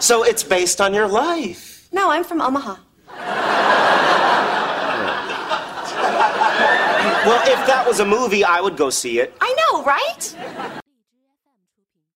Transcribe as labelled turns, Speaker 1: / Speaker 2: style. Speaker 1: So it's based on your life.
Speaker 2: No, I'm from Omaha.
Speaker 1: Well, if that was a movie, I would go see it.
Speaker 2: I know, right?